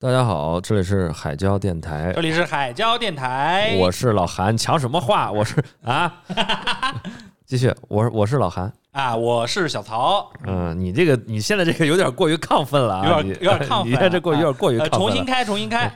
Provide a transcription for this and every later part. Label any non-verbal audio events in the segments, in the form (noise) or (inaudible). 大家好，这里是海椒电台这，里是海椒电台，我是老韩，抢什么话？我是啊， (laughs) 继续，我是我是老韩。啊，我是小曹，嗯，你这个你现在这个有点过于亢奋了啊，有点你有点亢奋啊 (laughs) 你看这过有点过于呃，亢奋了。嗯重新开，重新开，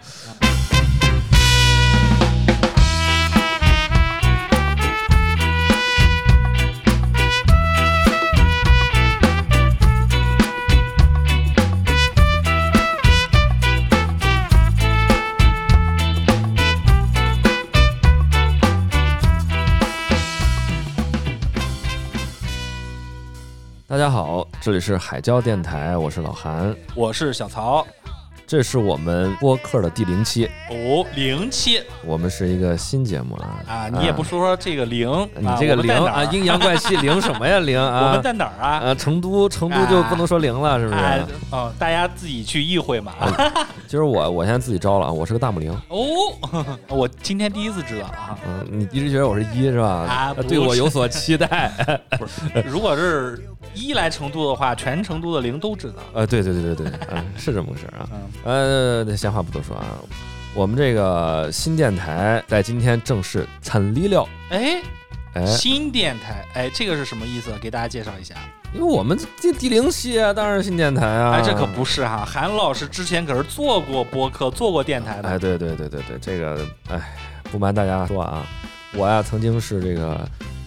大家好，这里是海椒电台，我是老韩，我是小曹，这是我们播客的第零期，哦，零七我们是一个新节目了啊，你也不说说这个零，嗯你啊这个我们零在哪啊，儿阴阳怪气零什么呀 (laughs) 零我啊们？在哪儿啊？啊，成都，成都就不能说零了，是啊嗯不哎是？，哦，大家自己去意会嘛。今儿我我现在自己招了，啊，我是个大母零。哦， (laughs) 我今天第一次知道 (laughs) 啊。嗯，你一直觉得我是一是吧？呃啊不对我有所期 (laughs) 待。不是，如果是一来成都的话，全成都的零都知道。呃，对对对对对，嗯，是这么回事啊。嗯，呃，闲话不多说啊，我们这个新电台在今天正式成立了。哎，哎，新电台，哎，这个是什么意思？给大家介绍一下。因为我们这第零期啊，当然是新电台啊。哎，这可不是哈，韩老师之前可是做过播客、做过电台哎，的。对对对对对，这个哎，不瞒大家说啊，我呀、曾经是这个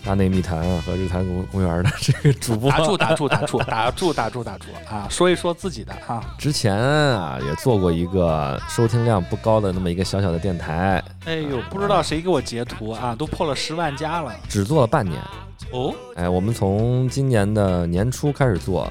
大内密谈啊和日坛公公园的这个主播 (laughs) 打，住！打住！打住！打住！打住！打住！啊，说一说自己的哈。之前啊也做过一个收听量不高的那么一个小小的电台，哎呦，不知道谁给我截图啊，都破了十万加了。只做了半年。哦，哎，我们从今年的年初开始做，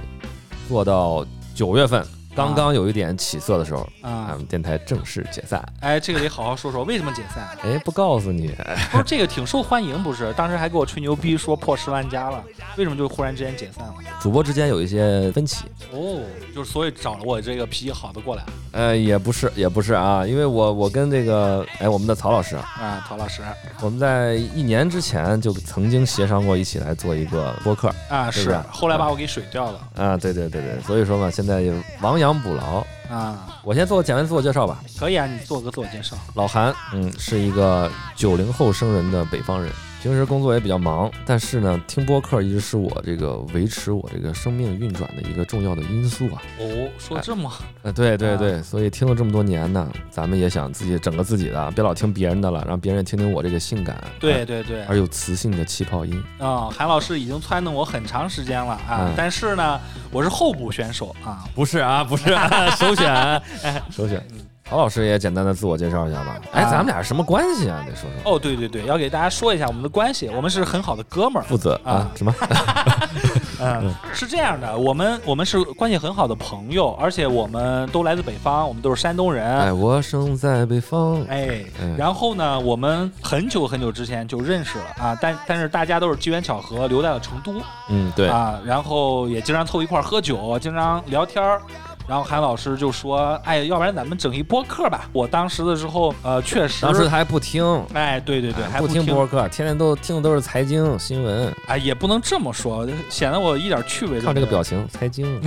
做到九月份，刚刚有一点起色的时候，俺啊，们电台正式解散。哎，这个得好好说说，为什么解散？哎，不告诉你，不是这个挺受欢迎，不是？当时还给我吹牛逼说破十万加了，为什么就忽然之间解散了？主播之间有一些分歧。哦，就是所以找了我这个脾气好的过来呃，也不是，也不是啊，因为我我跟这个哎我们的曹老师，啊，啊，陶老师我们在一年之前就曾经协商过一起来做一个播客啊，对是吧嗯后来把我给水掉了啊，对对对对，所以说嘛，现在也亡羊补牢。啊，我先做个简单自我介绍吧，可以啊，你做个自我介绍。老韩，嗯，是一个九零后生人的北方人，平时工作也比较忙，但是呢，听播客一直是我这个维持我这个生命运转的一个重要的因素啊。哦，说这么呃，对对啊对，所以听了这么多年呢，咱们也想自己整个自己的，啊别老听别人的了，让别人听听我这个性感啊对对对，而有磁性的气泡音。嗯，韩老师已经撺掇我很长时间了啊，嗯但是呢，我是候补选手啊。不是啊，不是、啊、首选，首选。曹老师也简单的自我介绍一下吧。哎，嗯啊咱们俩是什么关系啊？得说说。 (laughs) 哦，对对对，要给大家说一下我们的关系，我们是很好的哥们儿。负责啊啊？什么？嗯，是这样的，我们我们是关系很好的朋友，而且我们都来自北方，我们都是山东人哎，。我生在北方。哎嗯，然后呢，我们很久很久之前就认识了啊，但但是大家都是机缘巧合留在了成都嗯，对。啊，然后也经常凑一块儿喝酒，经常聊天儿。然后韩老师就说：“哎，要不然咱们整一播客吧。”我当时的时候，呃，确实，当时他还不听，哎，对对对，哎还不听播客，天天都听的都是财经新闻。哎，也不能这么说，显得我一点趣味都没有。看这个表情，财 (laughs) 经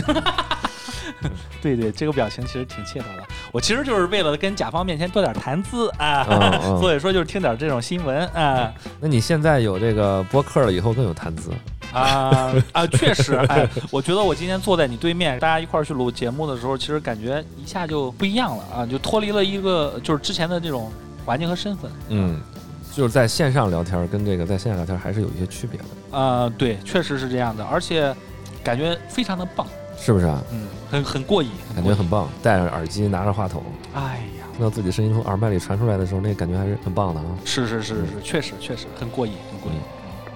对对，这个表情其实挺切合的。我其实就是为了跟甲方面前多点谈资啊，嗯嗯所以说就是听点这种新闻啊那你现在有这个播客了，以后更有谈资。啊啊！确实，哎，我觉得我今天坐在你对面，大家一块儿去录节目的时候，其实感觉一下就不一样了啊，就脱离了一个就是之前的这种环境和身份。嗯，就是在线上聊天跟这个在线下聊天还是有一些区别的，啊，对，确实是这样的，而且感觉非常的棒，是不是啊？嗯，很很过瘾，感觉过很棒，戴着耳机，拿着话筒，瘾。哎呀，听到自己声音从耳麦里传出来的时候，那感觉还是很棒的啊。是是是是，确实确实很过瘾，很过瘾。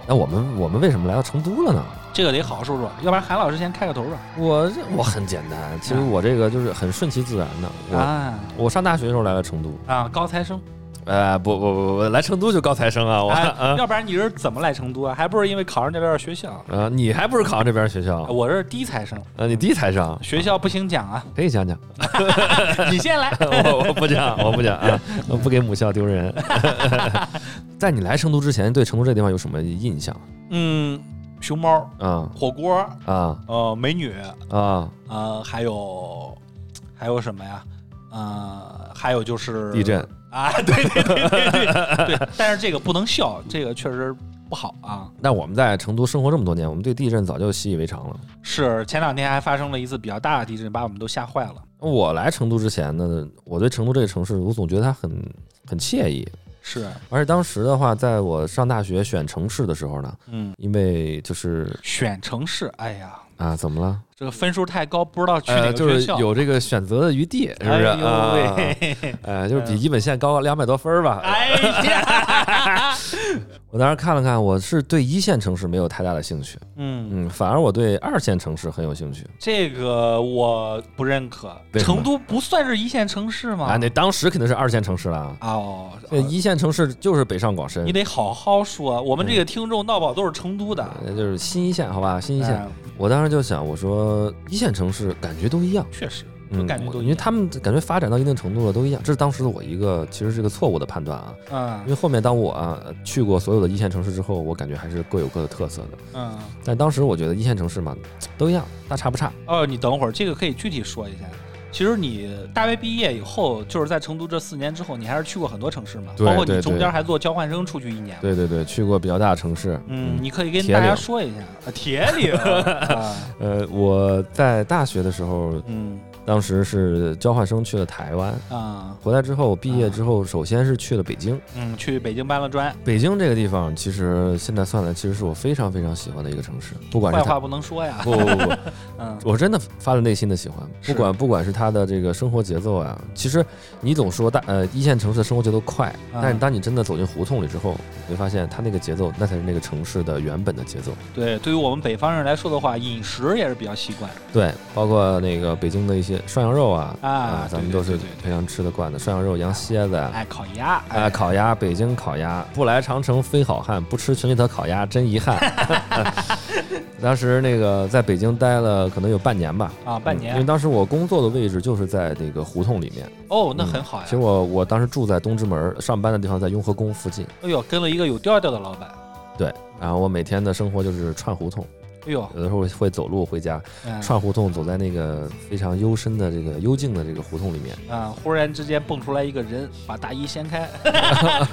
那我们我们为什么来到成都了呢？这个得好好说说，要不然韩老师先开个头吧。我这我很简单，其实啊我这个就是很顺其自然的。我啊我上大学的时候来了成都，啊，高材生，呃，不不不不，来成都就高材生啊，我 (laughs) 哎啊。要不然你是怎么来成都啊？还不是因为考上这边的学校？呃，你还不是考上这边学校？我是低材生，呃，你第一才上，学校不兴讲啊，可以讲讲。你先来。我我不 (laughs) 讲，我不讲啊，我不给母校丢 (laughs) 人。在你来成都之前，对成都这地方有什么印象？嗯，熊猫、啊火锅、啊呃，美女，啊！呃，还有还有什么呀？呃，还有就是地震啊， (laughs) 对对对对对对，但是这个不能笑，这个确实不好啊。那我们在成都生活这么多年，我们对地震早就习以为常了。是前两天还发生了一次比较大的地震，把我们都吓坏了。我来成都之前呢，我对成都这个城市，我总觉得它很很惬意。是，而且当时的话，在我上大学选城市的时候呢，嗯，因为就是选城市，哎呀，啊，怎么了？这个分数太高，不知道去哪呃，个就学是校。有这个选择的余地，是不是？哎呦啊，喂，呃，就是嗯比一本线高两百多分儿吧。 (laughs) 哎呀， (laughs) 我当时看了看，我是对一线城市没有太大的兴趣，嗯，嗯，反而我对二线城市很有兴趣。这个我不认可。为什么成都不算是一线城市吗？啊，那当时肯定是二线城市了。啊哦，这一线城市就是北上广深你，得好好说，我们这个听众闹宝都是成都的。呃就是新一线，好吧，新一线。哎我当时就想，我说一线城市感觉都一样，确实，就嗯，感觉我都一样因为他们感觉发展到一定程度了都一样，这是当时的我一个其实是个错误的判断啊。因嗯为后面当我啊去过所有的一线城市之后，我感觉还是各有各的特色的。嗯，但当时我觉得一线城市嘛都一样，大差不差。哦，你等会儿，这个可以具体说一下。其实你大学毕业以后，就是在成都这四年之后，你还是去过很多城市嘛，对包括对对你中间还做交换生出去一年。对对对，去过比较大的城市，嗯，你可以跟铁大家岭说一下啊，铁 (laughs) 岭啊，呃，我在大学的时候，嗯当时是交换生去了台湾，啊，回来之后毕业之后，首先是去了北京。嗯，去北京搬了砖，北京这个地方，其实现在算来，其实是我非常非常喜欢的一个城市。不管坏是它，话不能说呀。不不不，嗯我真的发自内心的喜欢。 (laughs) 是不管不管是它的这个生活节奏啊，其实你总说大呃一线城市的生活节奏快，嗯但是当你真的走进胡同里之后，你会发现它那个节奏，那才是那个城市的原本的节奏。对，对于我们北方人来说的话，饮食也是比较习惯对，包括那个北京的一些涮羊肉啊啊咱们对对都是对对对非常吃得惯的涮羊肉、羊蝎子啊。哎，烤鸭，啊，烤鸭，北京烤鸭，不来长城非好汉，不吃全聚德烤鸭真遗憾。 (laughs) 当时那个在北京待了可能有半年吧，啊，半嗯因为年当时我工作的位置就是在那个胡同里面。哦，那很好其呀实。我我当时住在东直门，上班的地方在雍和宫附近。哎呦，跟了一个有调调的老板，对，然后我每天的生活就是串胡同，哎呦，有的时候会走路回家，嗯串胡同，走在那个非常幽深的这个幽静的这个胡同里面。啊！忽然之间蹦出来一个人，把大衣 (laughs) 掀开，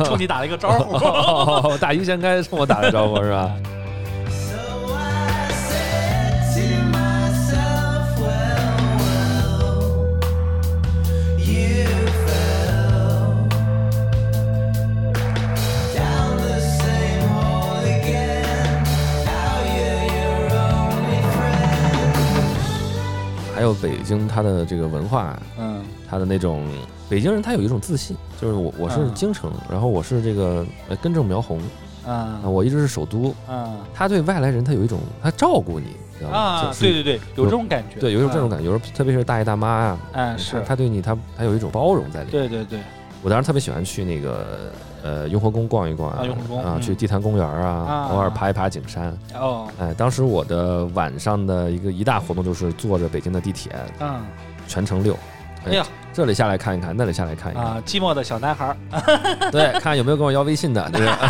冲你打了一个招呼。哦， (laughs) 大鱼先开冲我打的招呼是吧？ So I said to myself, well, well, you fell down the same hole again. Now you're your only friend. 还有北京它的这个文化，嗯它的那种北京人他有一种自信，就是我我是嗯京城，然后我是这个呃根正苗红啊，嗯我一直是首都。嗯他对外来人他有一种他照顾你，知道吗？啊就，是对对对，有这种感觉，对，有一种这种感感觉，有时候特别是大爷大妈啊，觉。嗯，是他，他对你他他有一种包容在里面。对对对，我当时特别喜欢去那个呃雍和宫逛一逛啊雍和宫啊，嗯去地坛公园啊啊，偶尔爬一爬景山。哦，哎，当时我的晚上的一个一大活动就是坐着北京的地铁嗯，全程溜，哎呀这里下来看一看，那里下来看一看， (laughs) 啊，寂寞的小男孩儿，对，看有没有跟我要微信 (laughs) 的，就是。 (laughs)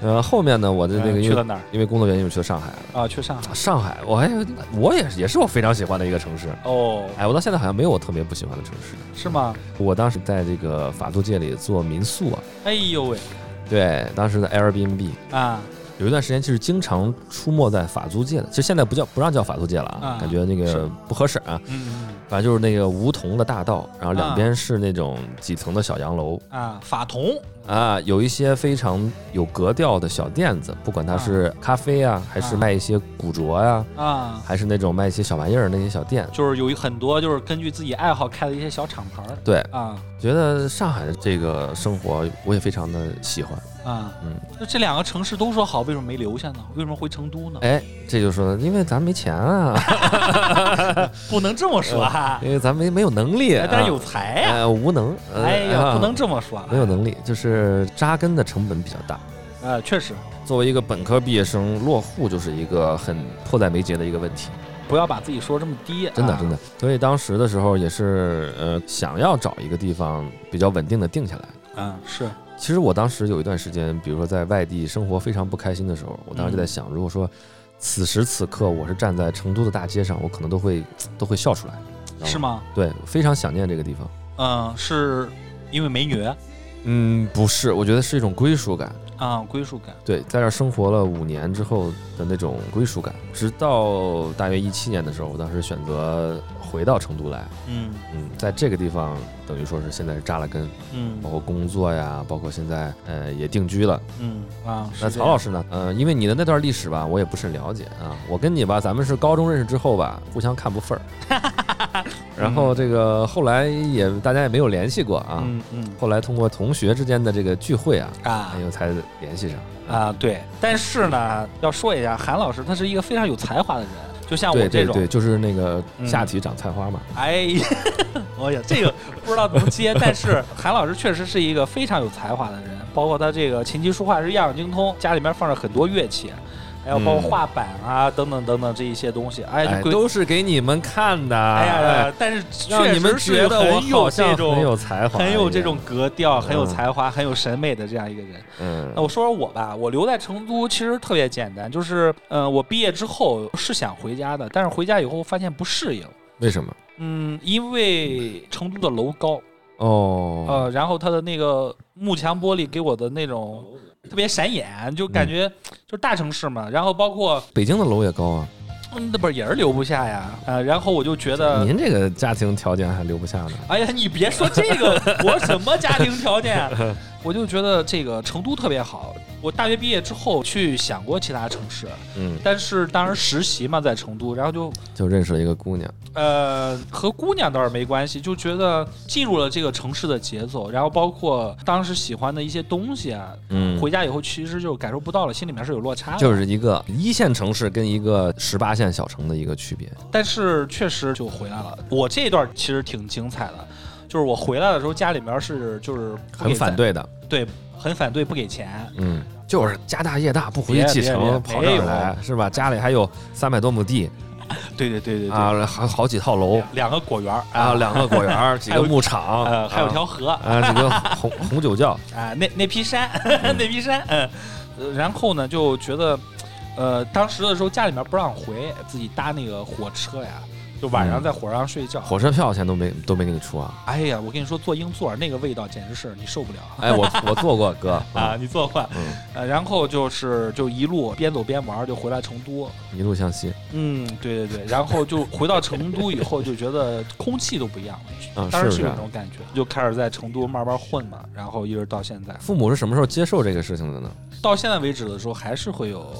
呃，后面呢，我的那个嗯去因了为哪儿因为工作原因，我去了上海了。啊？去上海。上海，我还我也是也是我非常喜欢的一个城市。哦，哎，我到现在好像没有我特别不喜欢的城市。是吗？我当时在这个法租界里做民宿啊，哎呦喂，对，当时的 Airbnb 啊，有一段时间其实经常出没在法租界的，其实现在不叫不让叫法租界了啊，啊感觉那是个不合适啊。嗯反正就是那个梧桐的大道，然后两啊边是那种几层的小洋楼，嗯啊，法桐啊，有一些非常有格调的小店子，不管它是咖啡啊，还是啊卖一些古着呀、啊，还是那种卖一些小玩意儿那些小店。就是有一很多就是根据自己爱好开的一些小厂牌儿对，啊觉得上海的这个生活我也非常的喜欢。啊。嗯，那这两个城市都说好，为什么没留下呢？为什么回成都呢？哎，这就说，因为咱没钱啊， (laughs) 不能这么说啊，因为咱没没有能力、啊哎，但是有才呀、呃无能，呃、哎呀，啊不能这么说。没有能力，就是扎根的成本比较大。呃，确实，作为一个本科毕业生，落户就是一个很迫在眉睫的一个问题。不要把自己说这么低。真的啊真的。所以当时的时候也是呃，想要找一个地方比较稳定的定下来。嗯，是其实我当时有一段时间，比如说在外地生活非常不开心的时候，我当时就在想，如果说此时此刻我是站在成都的大街上，我可能都会都会笑出来。你知道是？吗？对，非常想念这个地方。嗯，是因为没女嗯，不是，我觉得是一种归属感。啊，归属感。对，在这儿生活了五年之后的那种归属感，直到大约一七年的时候，我当时选择回到成都来。嗯嗯，在这个地方等于说是现在是扎了根，包嗯括工作呀，包括现在呃也定居了。嗯啊，那是这曹样老师呢？嗯、因为你的那段历史吧，我也不是很了解啊。我跟你吧，咱们是高中认识之后吧，互相看不份儿， (laughs) 然后这个后来也大家也没有联系过啊。嗯嗯后来通过同学之间的这个聚会啊，啊哎呦才联系上。啊，对。但是呢，要说一下，韩老师他是一个非常有才华的人，就像我对对这种，嗯对，就是那个下体长菜花嘛。哎呀， (laughs) 哎呀，这个不知道怎么接，但是韩老师确实是一个非常有才华的人，包括他这个琴棋书画是样样精通，家里面放着很多乐器，还有包嗯括画板啊、等等等等这一些东西，哎，哎，就归。都是给你们看的。哎哎呀，，但是让确你们实觉得我很有好像像很这种有才华，很有这种哎呀格调、很有嗯才华、很有审美的这样一个人。嗯那我说说我吧，我留在成都其实特别简单，就是呃，我毕业之后是想回家的，但是回家以后发现不适应。为什么？嗯，因为成都的楼高，哦，呃，然后它的那个幕墙玻璃给我的那种特别闪眼，就感觉就是大城市嘛。然后包括北京的楼也高啊，嗯，那不是也是留不下呀，呃，然后我就觉得。您这个家庭条件还留不下呢。哎呀，你别说这个，我什么家庭条件啊？ (laughs) 我就觉得这个成都特别好。我大学毕业之后去想过其他城市，嗯，但是当时实习嘛，在成都，然后就就认识了一个姑娘。呃和姑娘倒是没关系，就觉得进入了这个城市的节奏，然后包括当时喜欢的一些东西啊，嗯回家以后其实就感受不到了，心里面是有落差的。就是一个一线城市跟一个十八线小城的一个区别。但是确实就回来了。我这一段其实挺精彩的，就是我回来的时候，家里面是就是不给很反咱，对的，对，很反对，不给钱。嗯，就是家大业大不回别继别别承，跑这没儿有来是吧？家里还有三百多亩地对对对对对，啊，还好几套楼两个果园儿啊，两个果园 (laughs) 儿，几还个有牧场，呃还有啊条河啊啊，几个红红酒窖，那那批山 (laughs) 那批山，嗯、呃然后呢就觉得，呃，当时的时候家里面不让回，自己搭那个火车呀，就晚上嗯在火车上睡觉。火车票钱都没都没给你出啊！哎呀，我跟你说，坐硬座儿那个味道简直是你受不了。 (laughs) 哎，我我坐过哥啊，，你坐惯，嗯，呃，然后就是就一路边走边玩儿，就回来成都。一路向西嗯，对对对，然后就回到成都以后，就觉得空气都不一样了，啊，当是不时是是有啊这？种感觉，就开始在成都慢慢混嘛，然后一直到现在。父母是什么时候接受这个事情的呢？到现在为止的时候，还是会有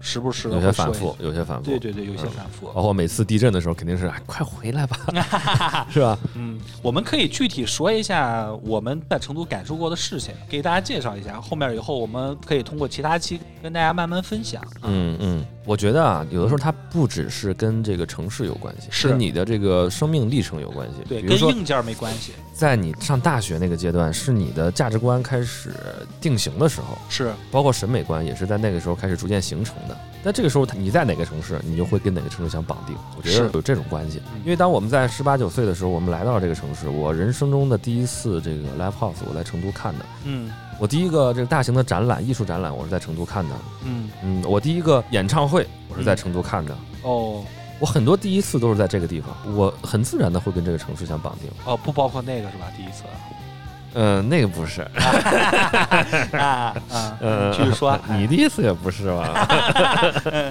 时不时的有会些说反一复，嗯哦有些反复，对对对，有些反复。包括每次地震的时候，肯定是哎，快回来吧， (laughs) 是吧？ (laughs) 嗯，我们可以具体说一下我们在成都感受过的事情，给大家介绍一下。后面以后我们可以通过其他期跟大家慢慢分享。嗯嗯，我觉得啊，有的时候它不只是跟这个城市有关系，是跟你的这个生命历程有关系。对，比如跟说硬件没关系，在你上大学那个阶段，是你的价值观开始定型的时候，是包括审美观也是在那个时候开始逐渐形成的。那这个时候你在哪个城市，你就会跟哪个城市相绑定。我觉得是有这种关系嗯，因为当我们在十八九岁的时候，我们来到了这个城市，我人生中的第一次这个 live house，我在成都看的。嗯我第一个这个大型的展览，艺术展览，我是在成都看的。嗯嗯，我第一个演唱会，我是在成都看的。哦我很多第一次都是在这个地方，我很自然的会跟这个城市相绑定。哦，不包括那个是吧？第一次嗯、那个不是， (laughs) 啊啊， (laughs) 呃继续说，你第一次也不是吧？ (laughs)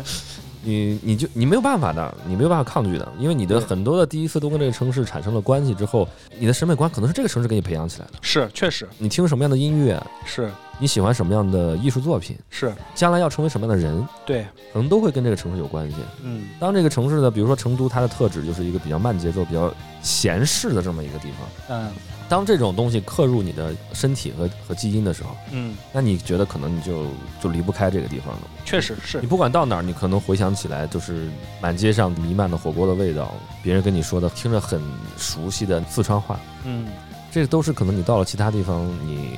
你你就你没有办法的，你没有办法抗拒的，因为你的对很多的第一次都跟这个城市产生了关系之后，你的审美观可能是这个城市给你培养起来的。是确实你听什么样的音乐，是你喜欢什么样的艺术作品，是，将来要成为什么样的人，对，可能都会跟这个城市有关系。嗯当这个城市呢，比如说成都，它的特质就是一个比较慢节奏、比较闲适的这么一个地方。嗯当这种东西刻入你的身体和和基因的时候，嗯，那你觉得可能你就就离不开这个地方了。确实是你不管到哪儿，你可能回想起来就是满街上弥漫的火锅的味道，别人跟你说的听着很熟悉的四川话，嗯。这都是可能你到了其他地方，你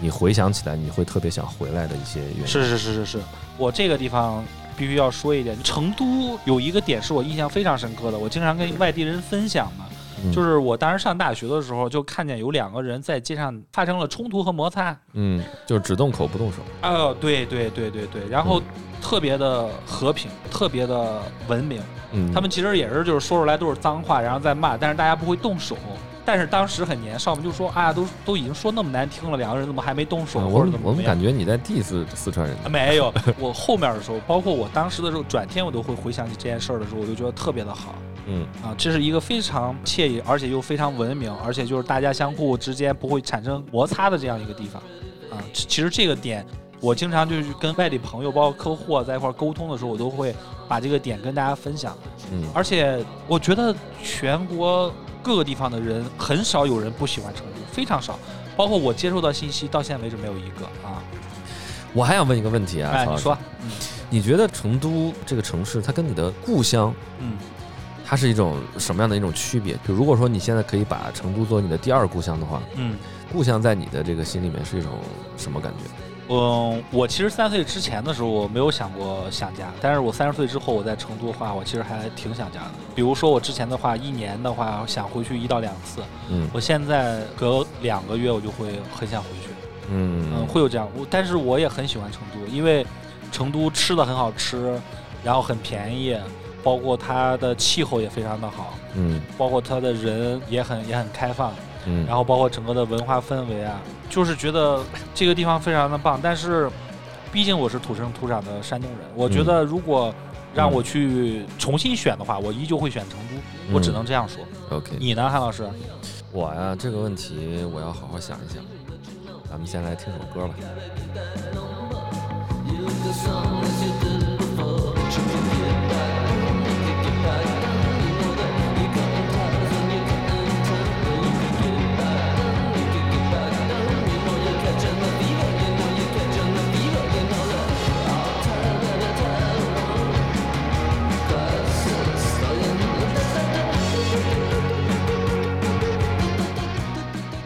你回想起来你会特别想回来的一些原因。是是是是是，我这个地方必须要说一点，成都有一个点是我印象非常深刻的，我经常跟外地人分享嘛，嗯就是我当时上大学的时候，就看见有两个人在街上发生了冲突和摩擦。嗯，就是只动口不动手，哦，对对对对对，然后特别的和平，特别的文明。嗯，他们其实也是就是说出来都是脏话，然后再骂，但是大家不会动手。但是当时很年少嘛，就说啊，都都已经说那么难听了，两个人怎么还没动手？啊我或者怎们么我怎么们样感觉你在 diss 四川人，啊 (laughs) 没有，我后面的时候，包括我当时的时候，转天我都会回想起这件事儿的时候，我就觉得特别的好嗯啊！这是一个非常惬意，而且又非常文明，而且就是大家相互之间不会产生摩擦的这样一个地方啊。其其实这个点，我经常就是跟外地朋友，包括客户啊，在一块儿沟通的时候，我都会把这个点跟大家分享。嗯，而且我觉得全国各个地方的人很少有人不喜欢成都，非常少。包括我接触到信息到现在为止没有一个啊，我还想问一个问题啊，哎，曹你老师说，你觉得成都这个城市，它跟你的故乡，嗯，它是一种什么样的一种区别？就如果说你现在可以把成都做你的第二故乡的话，嗯。故乡在你的这个心里面是一种什么感觉？嗯，我其实三岁之前的时候，我没有想过想家，但是我三十岁之后，我在成都的话，我其实还挺想家的。比如说我之前的话，一年的话想回去一到两次，嗯我现在隔两个月我就会很想回去，嗯，嗯会有这样。我但是我也很喜欢成都，因为成都吃的很好吃，然后很便宜，包括它的气候也非常的好，嗯包括它的人也很也很开放，嗯，然后包括整个的文化氛围啊，就是觉得这个地方非常的棒。但是，毕竟我是土生土长的山东人，我觉得如果让我去重新选的话，我依旧会选成都，我只能这样说。嗯 OK。你呢，韩老师？我呀、这个问题我要好好想一想。咱们先来听首歌吧。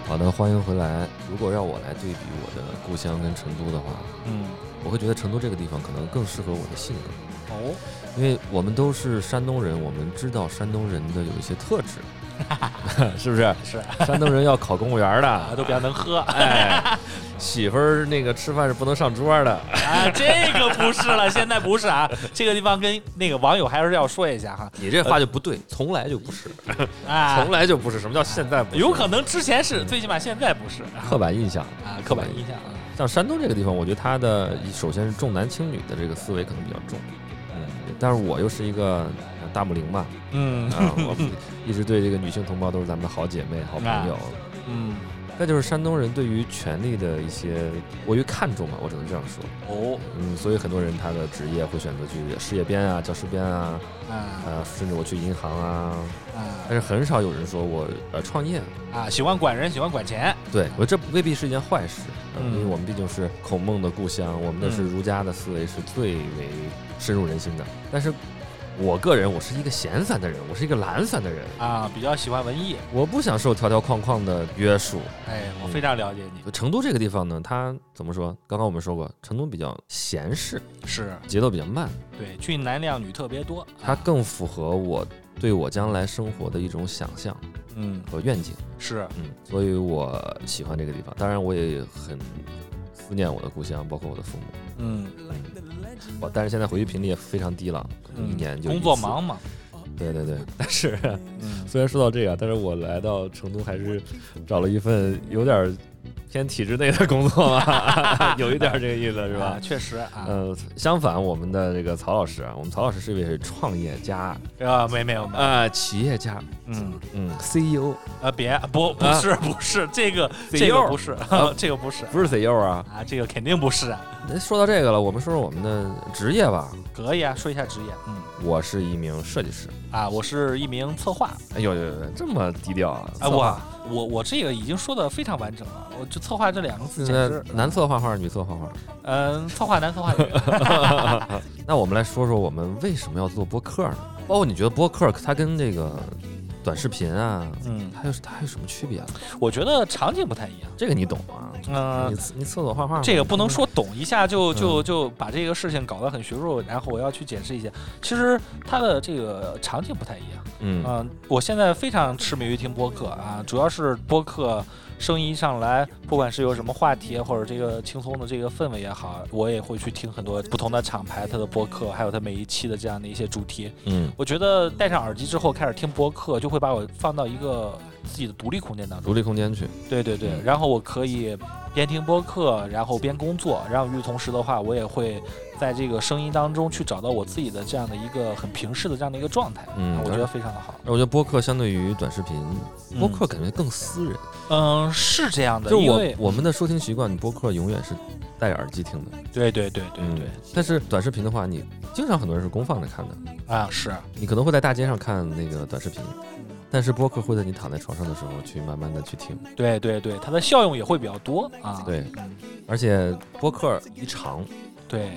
好的，欢迎回来。如果让我来对比我的故乡跟成都的话，嗯，我会觉得成都这个地方可能更适合我的性格，哦，因为我们都是山东人，我们知道山东人的有一些特 (laughs) 质，是不是？是 (laughs) 山东人要考公务员啊， (laughs) 的，都比较能喝 (laughs) 啊，哎，媳妇儿那个吃饭是不能上桌的，啊这个不 (laughs) 是了，现在不是啊，这个地方跟那个网友还是要说一下哈，你这话就不对，从来就不是，啊从，来就不是。什么叫现在不是？有可能之前是，最起码现在不是刻板印象。啊，刻板印象啊，像山东这个地方，我觉得它的首先是重男轻女的这个思维可能比较重，嗯，但是我又是一个呃大母零嘛，嗯啊，我 (laughs) 们一直对这个女性同胞都是咱们的好姐妹、好朋友。嗯，再就是山东人对于权力的一些过于看重嘛，我只能这样说，哦，嗯，所以很多人他的职业会选择去事业编啊、教师编啊，啊呃，甚至我去银行啊，啊但。是很少有人说我呃创业，啊，喜欢管人，喜欢管钱，对我这未必是一件坏事，呃嗯因为我们毕竟是孔孟的故乡，我们的是嗯儒家的思维是最为深入人心的。但是，我个人我是一个闲散的人，我是一个懒散的人，啊，比较喜欢文艺。我不想受条条框框的约束。哎，我嗯非常了解你，成都这个地方呢，它怎么说？刚刚我们说过，成都比较闲适，是节奏比较慢，对俊男靓女特别多。啊它更符合我对我将来生活的一种想象嗯，和愿景。是嗯，所以我喜欢这个地方。当然，我也很思念我的故乡，包括我的父母。嗯，我但是现在回去频率也非常低了，可能一嗯年就一工作次。忙嘛。对对对，但是嗯虽然说到这个，但是我来到成都还是找了一份有点儿偏体制内的工作 (laughs) 吧，有一点儿这个意思是啊吧？确实啊，呃，相反，我们的这个曹老师啊，我们曹老师是一位创业家，啊，没没有没有，呃，企业家，嗯，嗯，CEO 啊别不不啊是不是这个 CEO 这个不是 (laughs) 这个不是不是 CEO 啊。啊，这个肯定不是。啊那说到这个了，我们说说我们的职业吧。可以啊，说一下职业。嗯我是一名设计师。啊，我是一名策划。哎呦呦呦，这么低调啊！哎策划我我我这个已经说的非常完整了，我就策划这两个字简那直。男策画画，女策画画。嗯，策划男策划女。那我们来说说我们为什么要做播客呢？包括你觉得播客它跟这个短视频啊，嗯， (laughs) 它有它有什么区别啊？我觉得场景不太一样。这个你懂啊？嗯、你你厕所画画，这个不能说懂一下就嗯就就把这个事情搞得很学术，然后我要去解释一下。其实它的这个场景不太一样。嗯，嗯，我现在非常痴迷于听播客啊，主要是播客声音一上来，不管是有什么话题啊或者这个轻松的这个氛围也好，我也会去听很多不同的厂牌它的播客，还有它每一期的这样的一些主题。嗯，我觉得戴上耳机之后开始听播客，就会把我放到一个自己的独立空间当中。独立空间去，对对对嗯，然后我可以边听播客，然后边工作。然后与此同时的话，我也会在这个声音当中去找到我自己的这样的一个很平视的这样的一个状态。嗯啊我觉得非常的好。我觉得播客相对于短视频，嗯播客感觉更私人。嗯，是这样的，就因我为我们的收听习惯，你播客永远是戴耳机听的，对对对对嗯对、但是短视频的话，你经常很多人是公放着看的，啊，是你可能会在大街上看那个短视频，但是播客会在你躺在床上的时候去慢慢的去听。对对对，它的效用也会比较多啊。对嗯而且播客一长，对，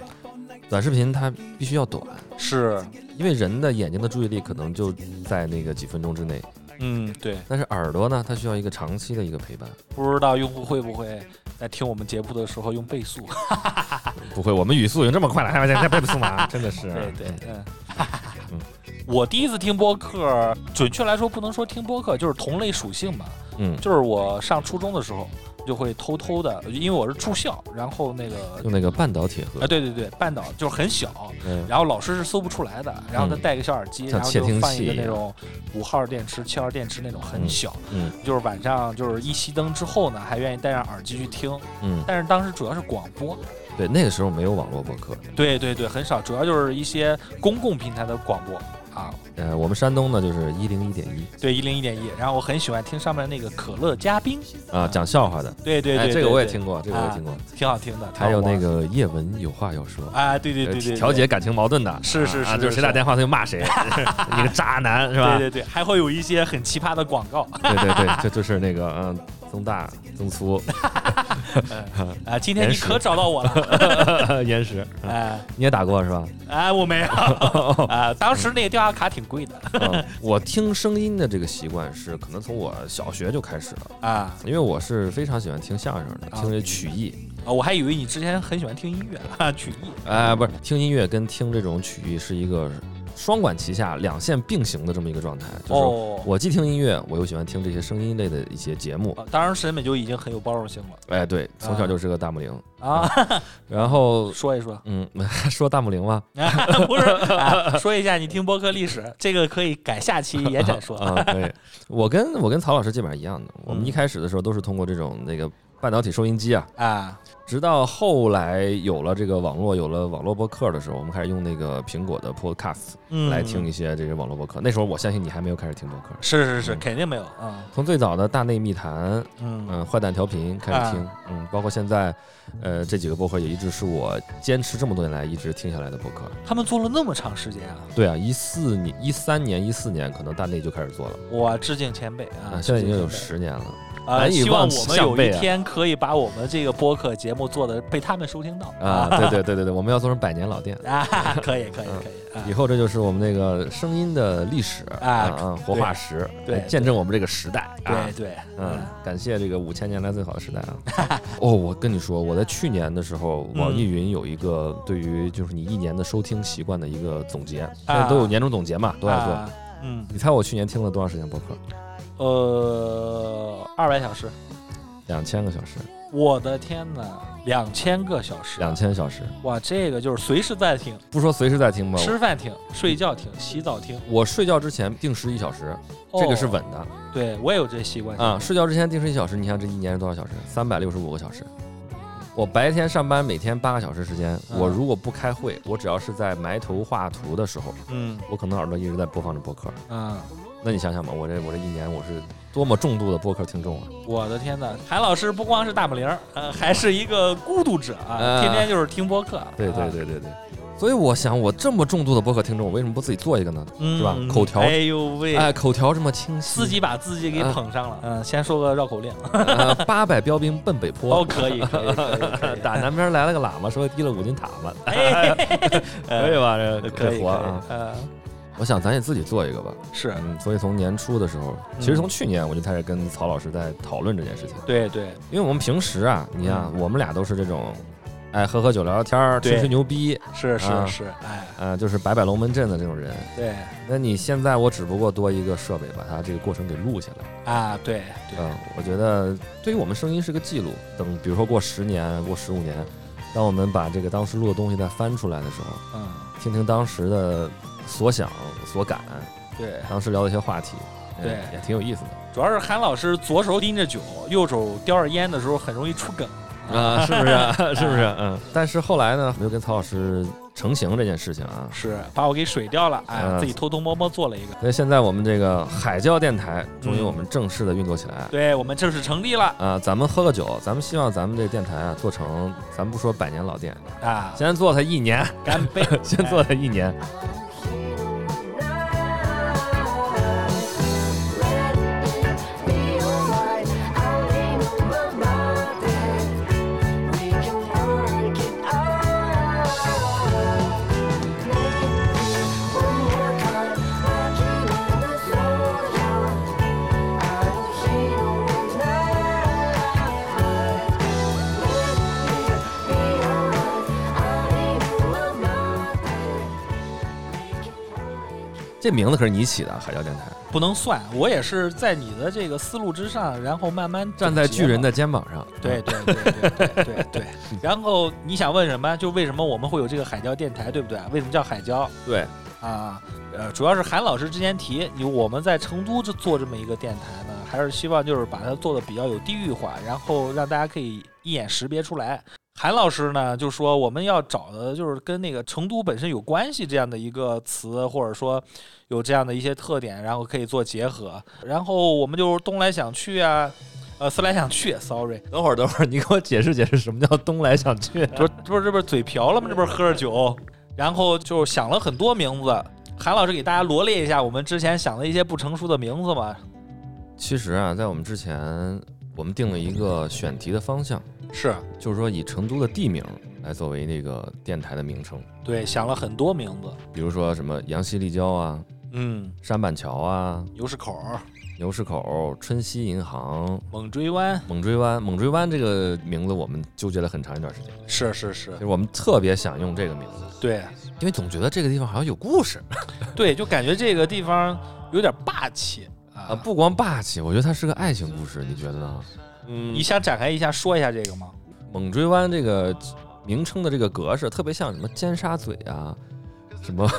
短视频它必须要短，是，因为人的眼睛的注意力可能就在那个几分钟之内，嗯，对，但是耳朵呢，它需要一个长期的一个陪伴。不知道用户会不会在听我们节目的时候用倍速？不会，我们语速已经这么快了，还往再背不出吗？真的是，啊对对，嗯嗯。 (laughs) 我第一次听播客，准确来说不能说听播客，就是同类属性吧。嗯，就是我上初中的时候，就会偷偷的，因为我是住校，然后那个用那个半岛铁盒啊，，对对对，半岛就是很小，嗯然后老师是搜不出来的，然后他戴个小耳机，像然嗯后窃就听放器一个一那样种五号电池、七号电池那种很嗯小，嗯就是晚上就是一熄灯之后呢，还愿意戴上耳机去听。嗯，但是当时主要是广播，对，那个时候没有网络播客，对对对，很少，主要就是一些公共平台的广播啊。呃，我们山东呢就是一零一点一对，一零一点一，然后我很喜欢听上面那个可乐嘉宾，啊，讲笑话的，对对哎，对，这个对我也对听过，这个我也听过，挺好听的。还有挺好那玩个叶文有话要说。呃啊，对对对对，调对节感情矛盾的，是是啊是就是谁打是电话他就骂 (laughs) 谁，你个渣男是吧？对对对，还会有一些很奇葩的广告对对对，这就是那个嗯，增大、增粗、 (laughs) 啊。今天你延时可找到 (laughs) 我了，延时，哎你也打过是吧？哎，(laughs) 我没有啊，当时那个电话卡挺贵的嗯我听声音的这个习惯是可能从我小学就开始了，啊，因为我是非常喜欢听相声的，啊听这曲艺，啊我还以为你之前很喜欢听音乐啊，曲艺哎、不是听音乐跟听这种曲艺是一个双管齐下、两线并行的这么一个状态，就是哦。我既听音乐，我又喜欢听这些声音类的一些节目，啊当时审美就已经很有包容性了哎，对，从小就是个大木灵，啊，然后。 (laughs) 说一说， (laughs) 嗯，说大木灵吗？不是、啊说一下你听播客历史，这个可以改下期延展说。 (laughs) 啊，可以。我跟我跟曹老师基本上一样的，我们嗯一开始的时候都是通过这种那个半导体收音机啊，啊，直到后来有了这个网络，有了网络播客的时候，我们开始用那个苹果的 Podcast 嗯来听一些这些网络播客。那时候我相信你还没有开始听播客，是是是，肯定没有啊，从最早的大内密谈，嗯啊嗯，坏蛋调频开始听，嗯，包括现在，呃，这几个播客也一直是我坚持这么多年来一直听下来的播客。他们做了那么长时间啊，对啊，一四年、一三年、一四年可能大内就开始做了，我致敬前辈啊啊，，现在已经有致敬前辈十年 (laughs) 了。呃，难以希望望我其们项有背一啊天可以把我们这个播客节目做的被他们收听到啊，对对对对对，我们要做成百年老店， (laughs) 啊，可以可以可以以啊，后这就是我们那个声音的历史啊啊，活化石，对来见证我们这个时代啊对。对，嗯，感谢这个五千年来最好的时代啊！ (laughs) 哦，我跟你说，我在去年的时候，网易云有一个对于就是你一年的收听习惯的一个总结，现在都有年终总结嘛，都爱做。啊，嗯，你猜我去年听了多长时间播客？呃，二百小时，两千个小时，我的天呐，两千个小时，两千小时，哇，这个就是随时在听，不说随时在听吧，吃饭听，睡觉听，洗澡听，我睡觉之前定时一小时，哦这个是稳的。对我也有这习惯啊，睡觉之前定时一小时，你看这一年是多少小时？三百六十五个小时。我白天上班每天八个小时时间，嗯我如果不开会，我只要是在埋头画图的时候，嗯我可能耳朵一直在播放着播客。嗯，那你想想吧，我这我这一年我是多么重度的播客听众啊！我的天呐，韩老师不光是大木铃儿，呃，还是一个孤独者啊，啊天天就是听播客，对啊对对对对，所以我想，我这么重度的播客听众，我为什么不自己做一个呢？是吧嗯口条哎呦喂，哎，啊口条这么清自 (laughs) 晰，己把自己给捧上了。嗯，先说个 (laughs) 绕口令。呃八百标兵奔北坡， (laughs) 哦，可以，可以，可以可以打南边来了个喇嘛，说提了五斤塔嘛，哎， (laughs) 可以吧？这 (laughs) 可这以，活啊！可以呃我想咱也自己做一个吧。是嗯，所以从年初的时候，其实嗯从去年我就开始跟曹老师在讨论这件事情，对对因为我们平时啊，你看嗯我们俩都是这种，哎，喝喝酒聊聊天儿，吹对吹牛逼，是啊是是，哎，啊，就是摆摆龙门阵的这种人。对那你现在我只不过多一个设备，把它这个过程给录下来。啊对对，嗯，我觉得对于我们声音是个记录。等比如说过十年、过十五年，当我们把这个当时录的东西再翻出来的时候，嗯听听当时的所想、所感，对，当时聊的一些话题，嗯对也挺有意思主要是韩老师左手拎着酒，右手叼着烟的时候很容易出梗。的啊，是不 (laughs) 是？是不是？嗯。但是后来呢，我就跟曹老师成型这件事情啊，是把我给水掉了，哎，嗯自己偷偷摸摸做了一个。所以现在我们这个海教电台终于嗯我们正式的运作起来。对我们正式成立了啊，咱们喝个酒，咱们希望咱们这电台啊做成，咱不说百年老店，啊，先做它一年，干 (laughs) 杯！哎先做它一年。这名字可是你起的，海教电台，不能算，我也是在你的这个思路之上，然后慢慢站在巨人的。的肩膀上。对对对对对对对。 (laughs) 然后你想问什么？就为什么我们会有这个海椒电台，对不对？啊为什么叫海椒对，啊？呃，主要是韩老师之前提，你我们在成都这做这么一个电台呢，还是希望就是把它做的比较有地域化，然后让大家可以一眼识别出来。韩老师呢，就说我们要找的就是跟那个成都本身有关系这样的一个词，或者说有这样的一些特点，然后可以做结合。然后我们就是东来想去啊，呃，思来想去，sorry，等会儿等会儿，你给我解释解释什么叫东来想去。这不这不是这不是嘴瓢了吗？这不是喝着酒，然后就想了很多名字。韩老师给大家罗列一下我们之前想的一些不成熟的名字嘛。其实啊，在我们之前，我们定了一个选题的方向，是就是说以成都的地名来作为那个电台的名称，对，想了很多名字。比如说什么杨溪立交啊、嗯，山板桥啊、牛市口、牛市口、春熙银行、猛追湾，猛追湾。猛追湾这个名字我们纠结了很长一段时间。是是是就，是我们特别想用这个名字，对因为总觉得这个地方好像有故事啊对，就感觉这个地方有点霸气啊，啊。不光霸气，我觉得它是个爱情故事，你觉得呢？你想展开一下说一下这个吗？猛追湾这个名称的这个格式，特别像什么尖沙咀啊，什 (laughs) 么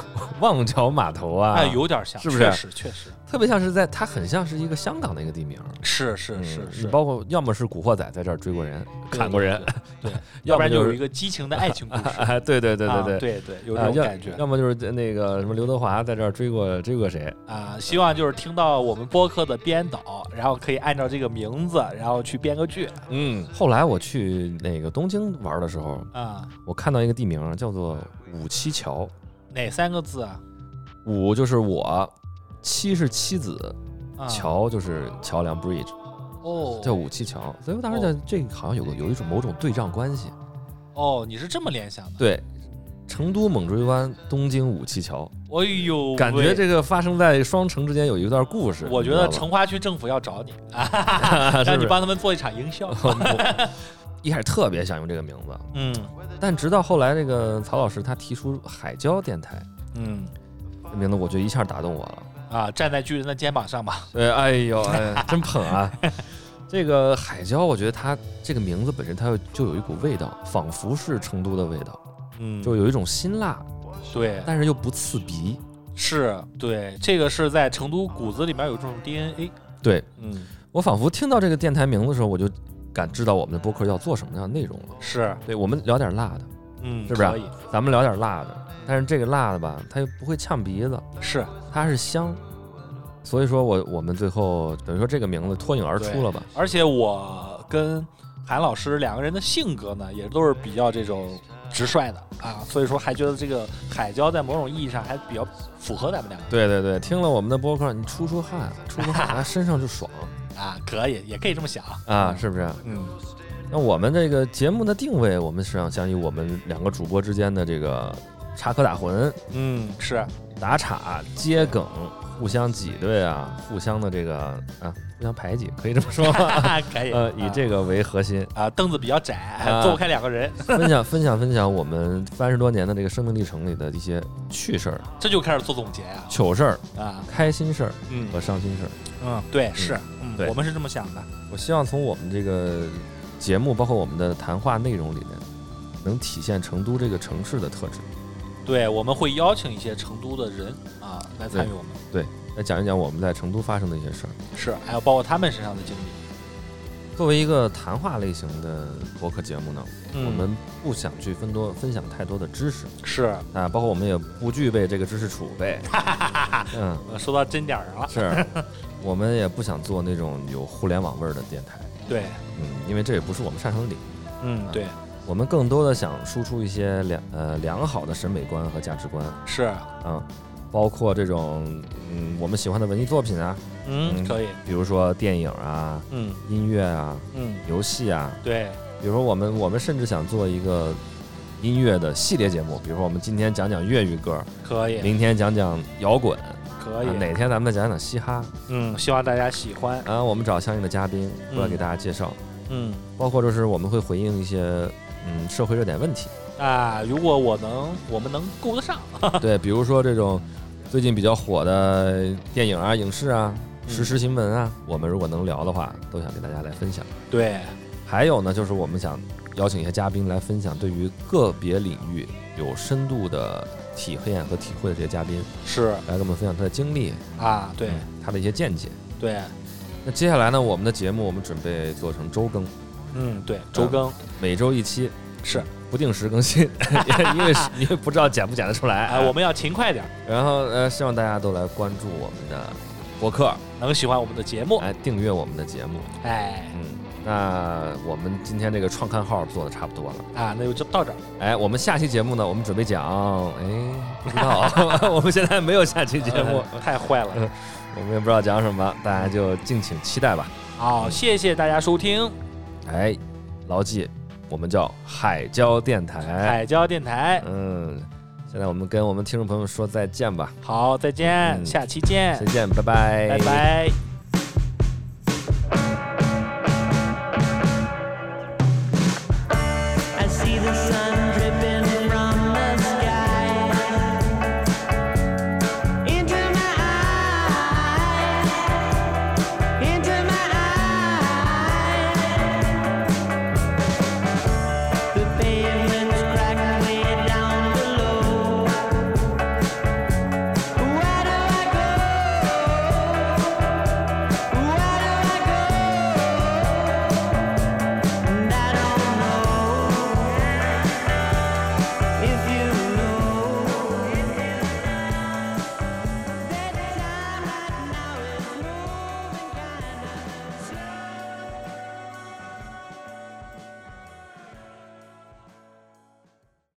旺角码头啊，哎，有点像，是不是确实确实特别像是在它很像是一个香港的一个地名。是是是嗯是，嗯包括要么是古惑仔在这儿追过人、对砍过人，，对，对要要不不然然就就是有一个激情的爱情故事。哎，对 (laughs) 对对嗯啊对，对对，有啊这种要感觉。要么就是那个什么刘德华在这儿追过追过谁，啊，希望就是听到我们播客的编导，然后可以按照这个名字，然后去编个剧嗯。后来我去那个东京玩的时候，啊。我看到一个地名叫做五七桥，哪三个字啊？五就是我，七是妻子，啊桥就是桥梁 bridge，哦，叫五七桥。所以我当时觉得这个好像有个有一种某种对仗关系。哦，你是这么联想的？对，成都猛追湾，东京五七桥，哎呦，感觉喂，这个发生在双城之间有一段故事。我觉你知得道吧成华区政府要找你，是让不 (laughs) 你是帮他们做一场营 (laughs) 销。一开始特别想用这个名字，嗯但直到后来这个曹老师他提出海椒电台嗯这名字，我觉得一下打动我了。啊，站在巨人的肩膀上吧。呃，哎 (laughs) 呦，哎，真捧啊！这个海椒，我觉得它这个名字本身，它有就有一股味道，仿佛是成都的味道，嗯就有一种辛辣，对，但是又不刺鼻。是对，这个是在成都骨子里面有这种 DNA。对嗯，我仿佛听到这个电台名字的时候，我就感知到我们的播客要做什么样的内容了。是，对我们聊点辣的，嗯，是啊不是可以？咱们聊点辣的，但是这个辣的吧，它又不会呛鼻子，是它是香。所以说我我们最后等于说这个名字脱颖而出了吧？而且我跟韩老师两个人的性格呢，也都是比较这种直率的啊，所以说还觉得这个海椒在某种意义上还比较符合咱们两对对对，听了我们的播客，你出出汗，出出 (laughs) 汗，啊身上就爽个啊，可以，也可以这么想啊，是不是？嗯，那我们这个节目的定位，我们是想相于我们两个主播之间的这个插科打诨、嗯，是打岔、接梗，互相挤兑啊，互相的这个啊，互相排挤，可以这么说 (laughs) 吗？可以。呃，以 (laughs) 啊这个为核心，啊凳子比较窄，啊坐不开两个人，分享分享分享我们三十多年的这个生命历程里的一些趣事儿、这就开始做总结啊糗事儿、啊，开心事儿嗯和伤心事儿。嗯，对，是，嗯对我们是这么想的，我希望从我们这个节目，包括我们的谈话内容里面，能体现成都这个城市的特质。对，我们会邀请一些成都的人啊来参与我们，来讲一讲我们在成都发生的一些事儿。是，还有包括他们身上的经历，作为一个谈话类型的播客节目呢，嗯我们不想去分多分享太多的知识是啊，包括我们也不具备这个知识储备。嗯，呃说到针点儿上了，是，我们也不想做那种有互联网味儿的电台。对，嗯，因为这也不是我们擅长的领域。嗯，对，我们更多的想输出一些良呃良好的审美观和价值观是，啊，包括这种嗯我们喜欢的文艺作品啊，嗯，嗯可以，比如说电影啊、嗯音乐啊、嗯，游戏啊，对，比如说我们我们甚至想做一个音乐的系列节目，比如说我们今天讲讲粤语歌，可以，明天讲讲摇滚，可啊以，哪天咱们再讲讲嘻哈嗯，希望大家喜欢，啊，我们找相应的嘉宾过来嗯给大家介绍，嗯。包括就是我们会回应一些嗯社会热点问题。 (laughs) 啊，如果我能，我们能够得上，对，比如说这种最近比较火的电影啊、影视啊、嗯时事新闻啊，我们如果能聊的话，都想给大家来分享。对，还有呢，就是我们想邀请一些嘉宾来分享对于个别领域有深度的体验和体会的这些嘉宾，是来跟我们分享他的经历，啊，对嗯他的一些见解。对，那接下来呢，我们的节目我们准备做成周更，嗯对，周更每周一期，是，不定时更 (laughs) 新，因为是因为不知道剪不剪得出来。哎，我们要勤快点儿，然后呃，希望大家都来关注我们的博客，能喜欢我们的节目，来订阅我们的节目。哎嗯，那我们今天这个创刊号做的差不多了。啊，那就这到这儿，哎，我们下期节目呢，我们准备讲，哎，不知 (laughs) 道，我们现在没有下期节目，嗯哎太坏了，我们也不知道讲什么，大家就敬请期待吧。好，谢谢大家收听哎，牢记，我们叫海交电台。海椒电台，嗯，现在我们跟我们听众朋友们说再见吧，好，再见，嗯下期见再，见，拜拜，拜拜。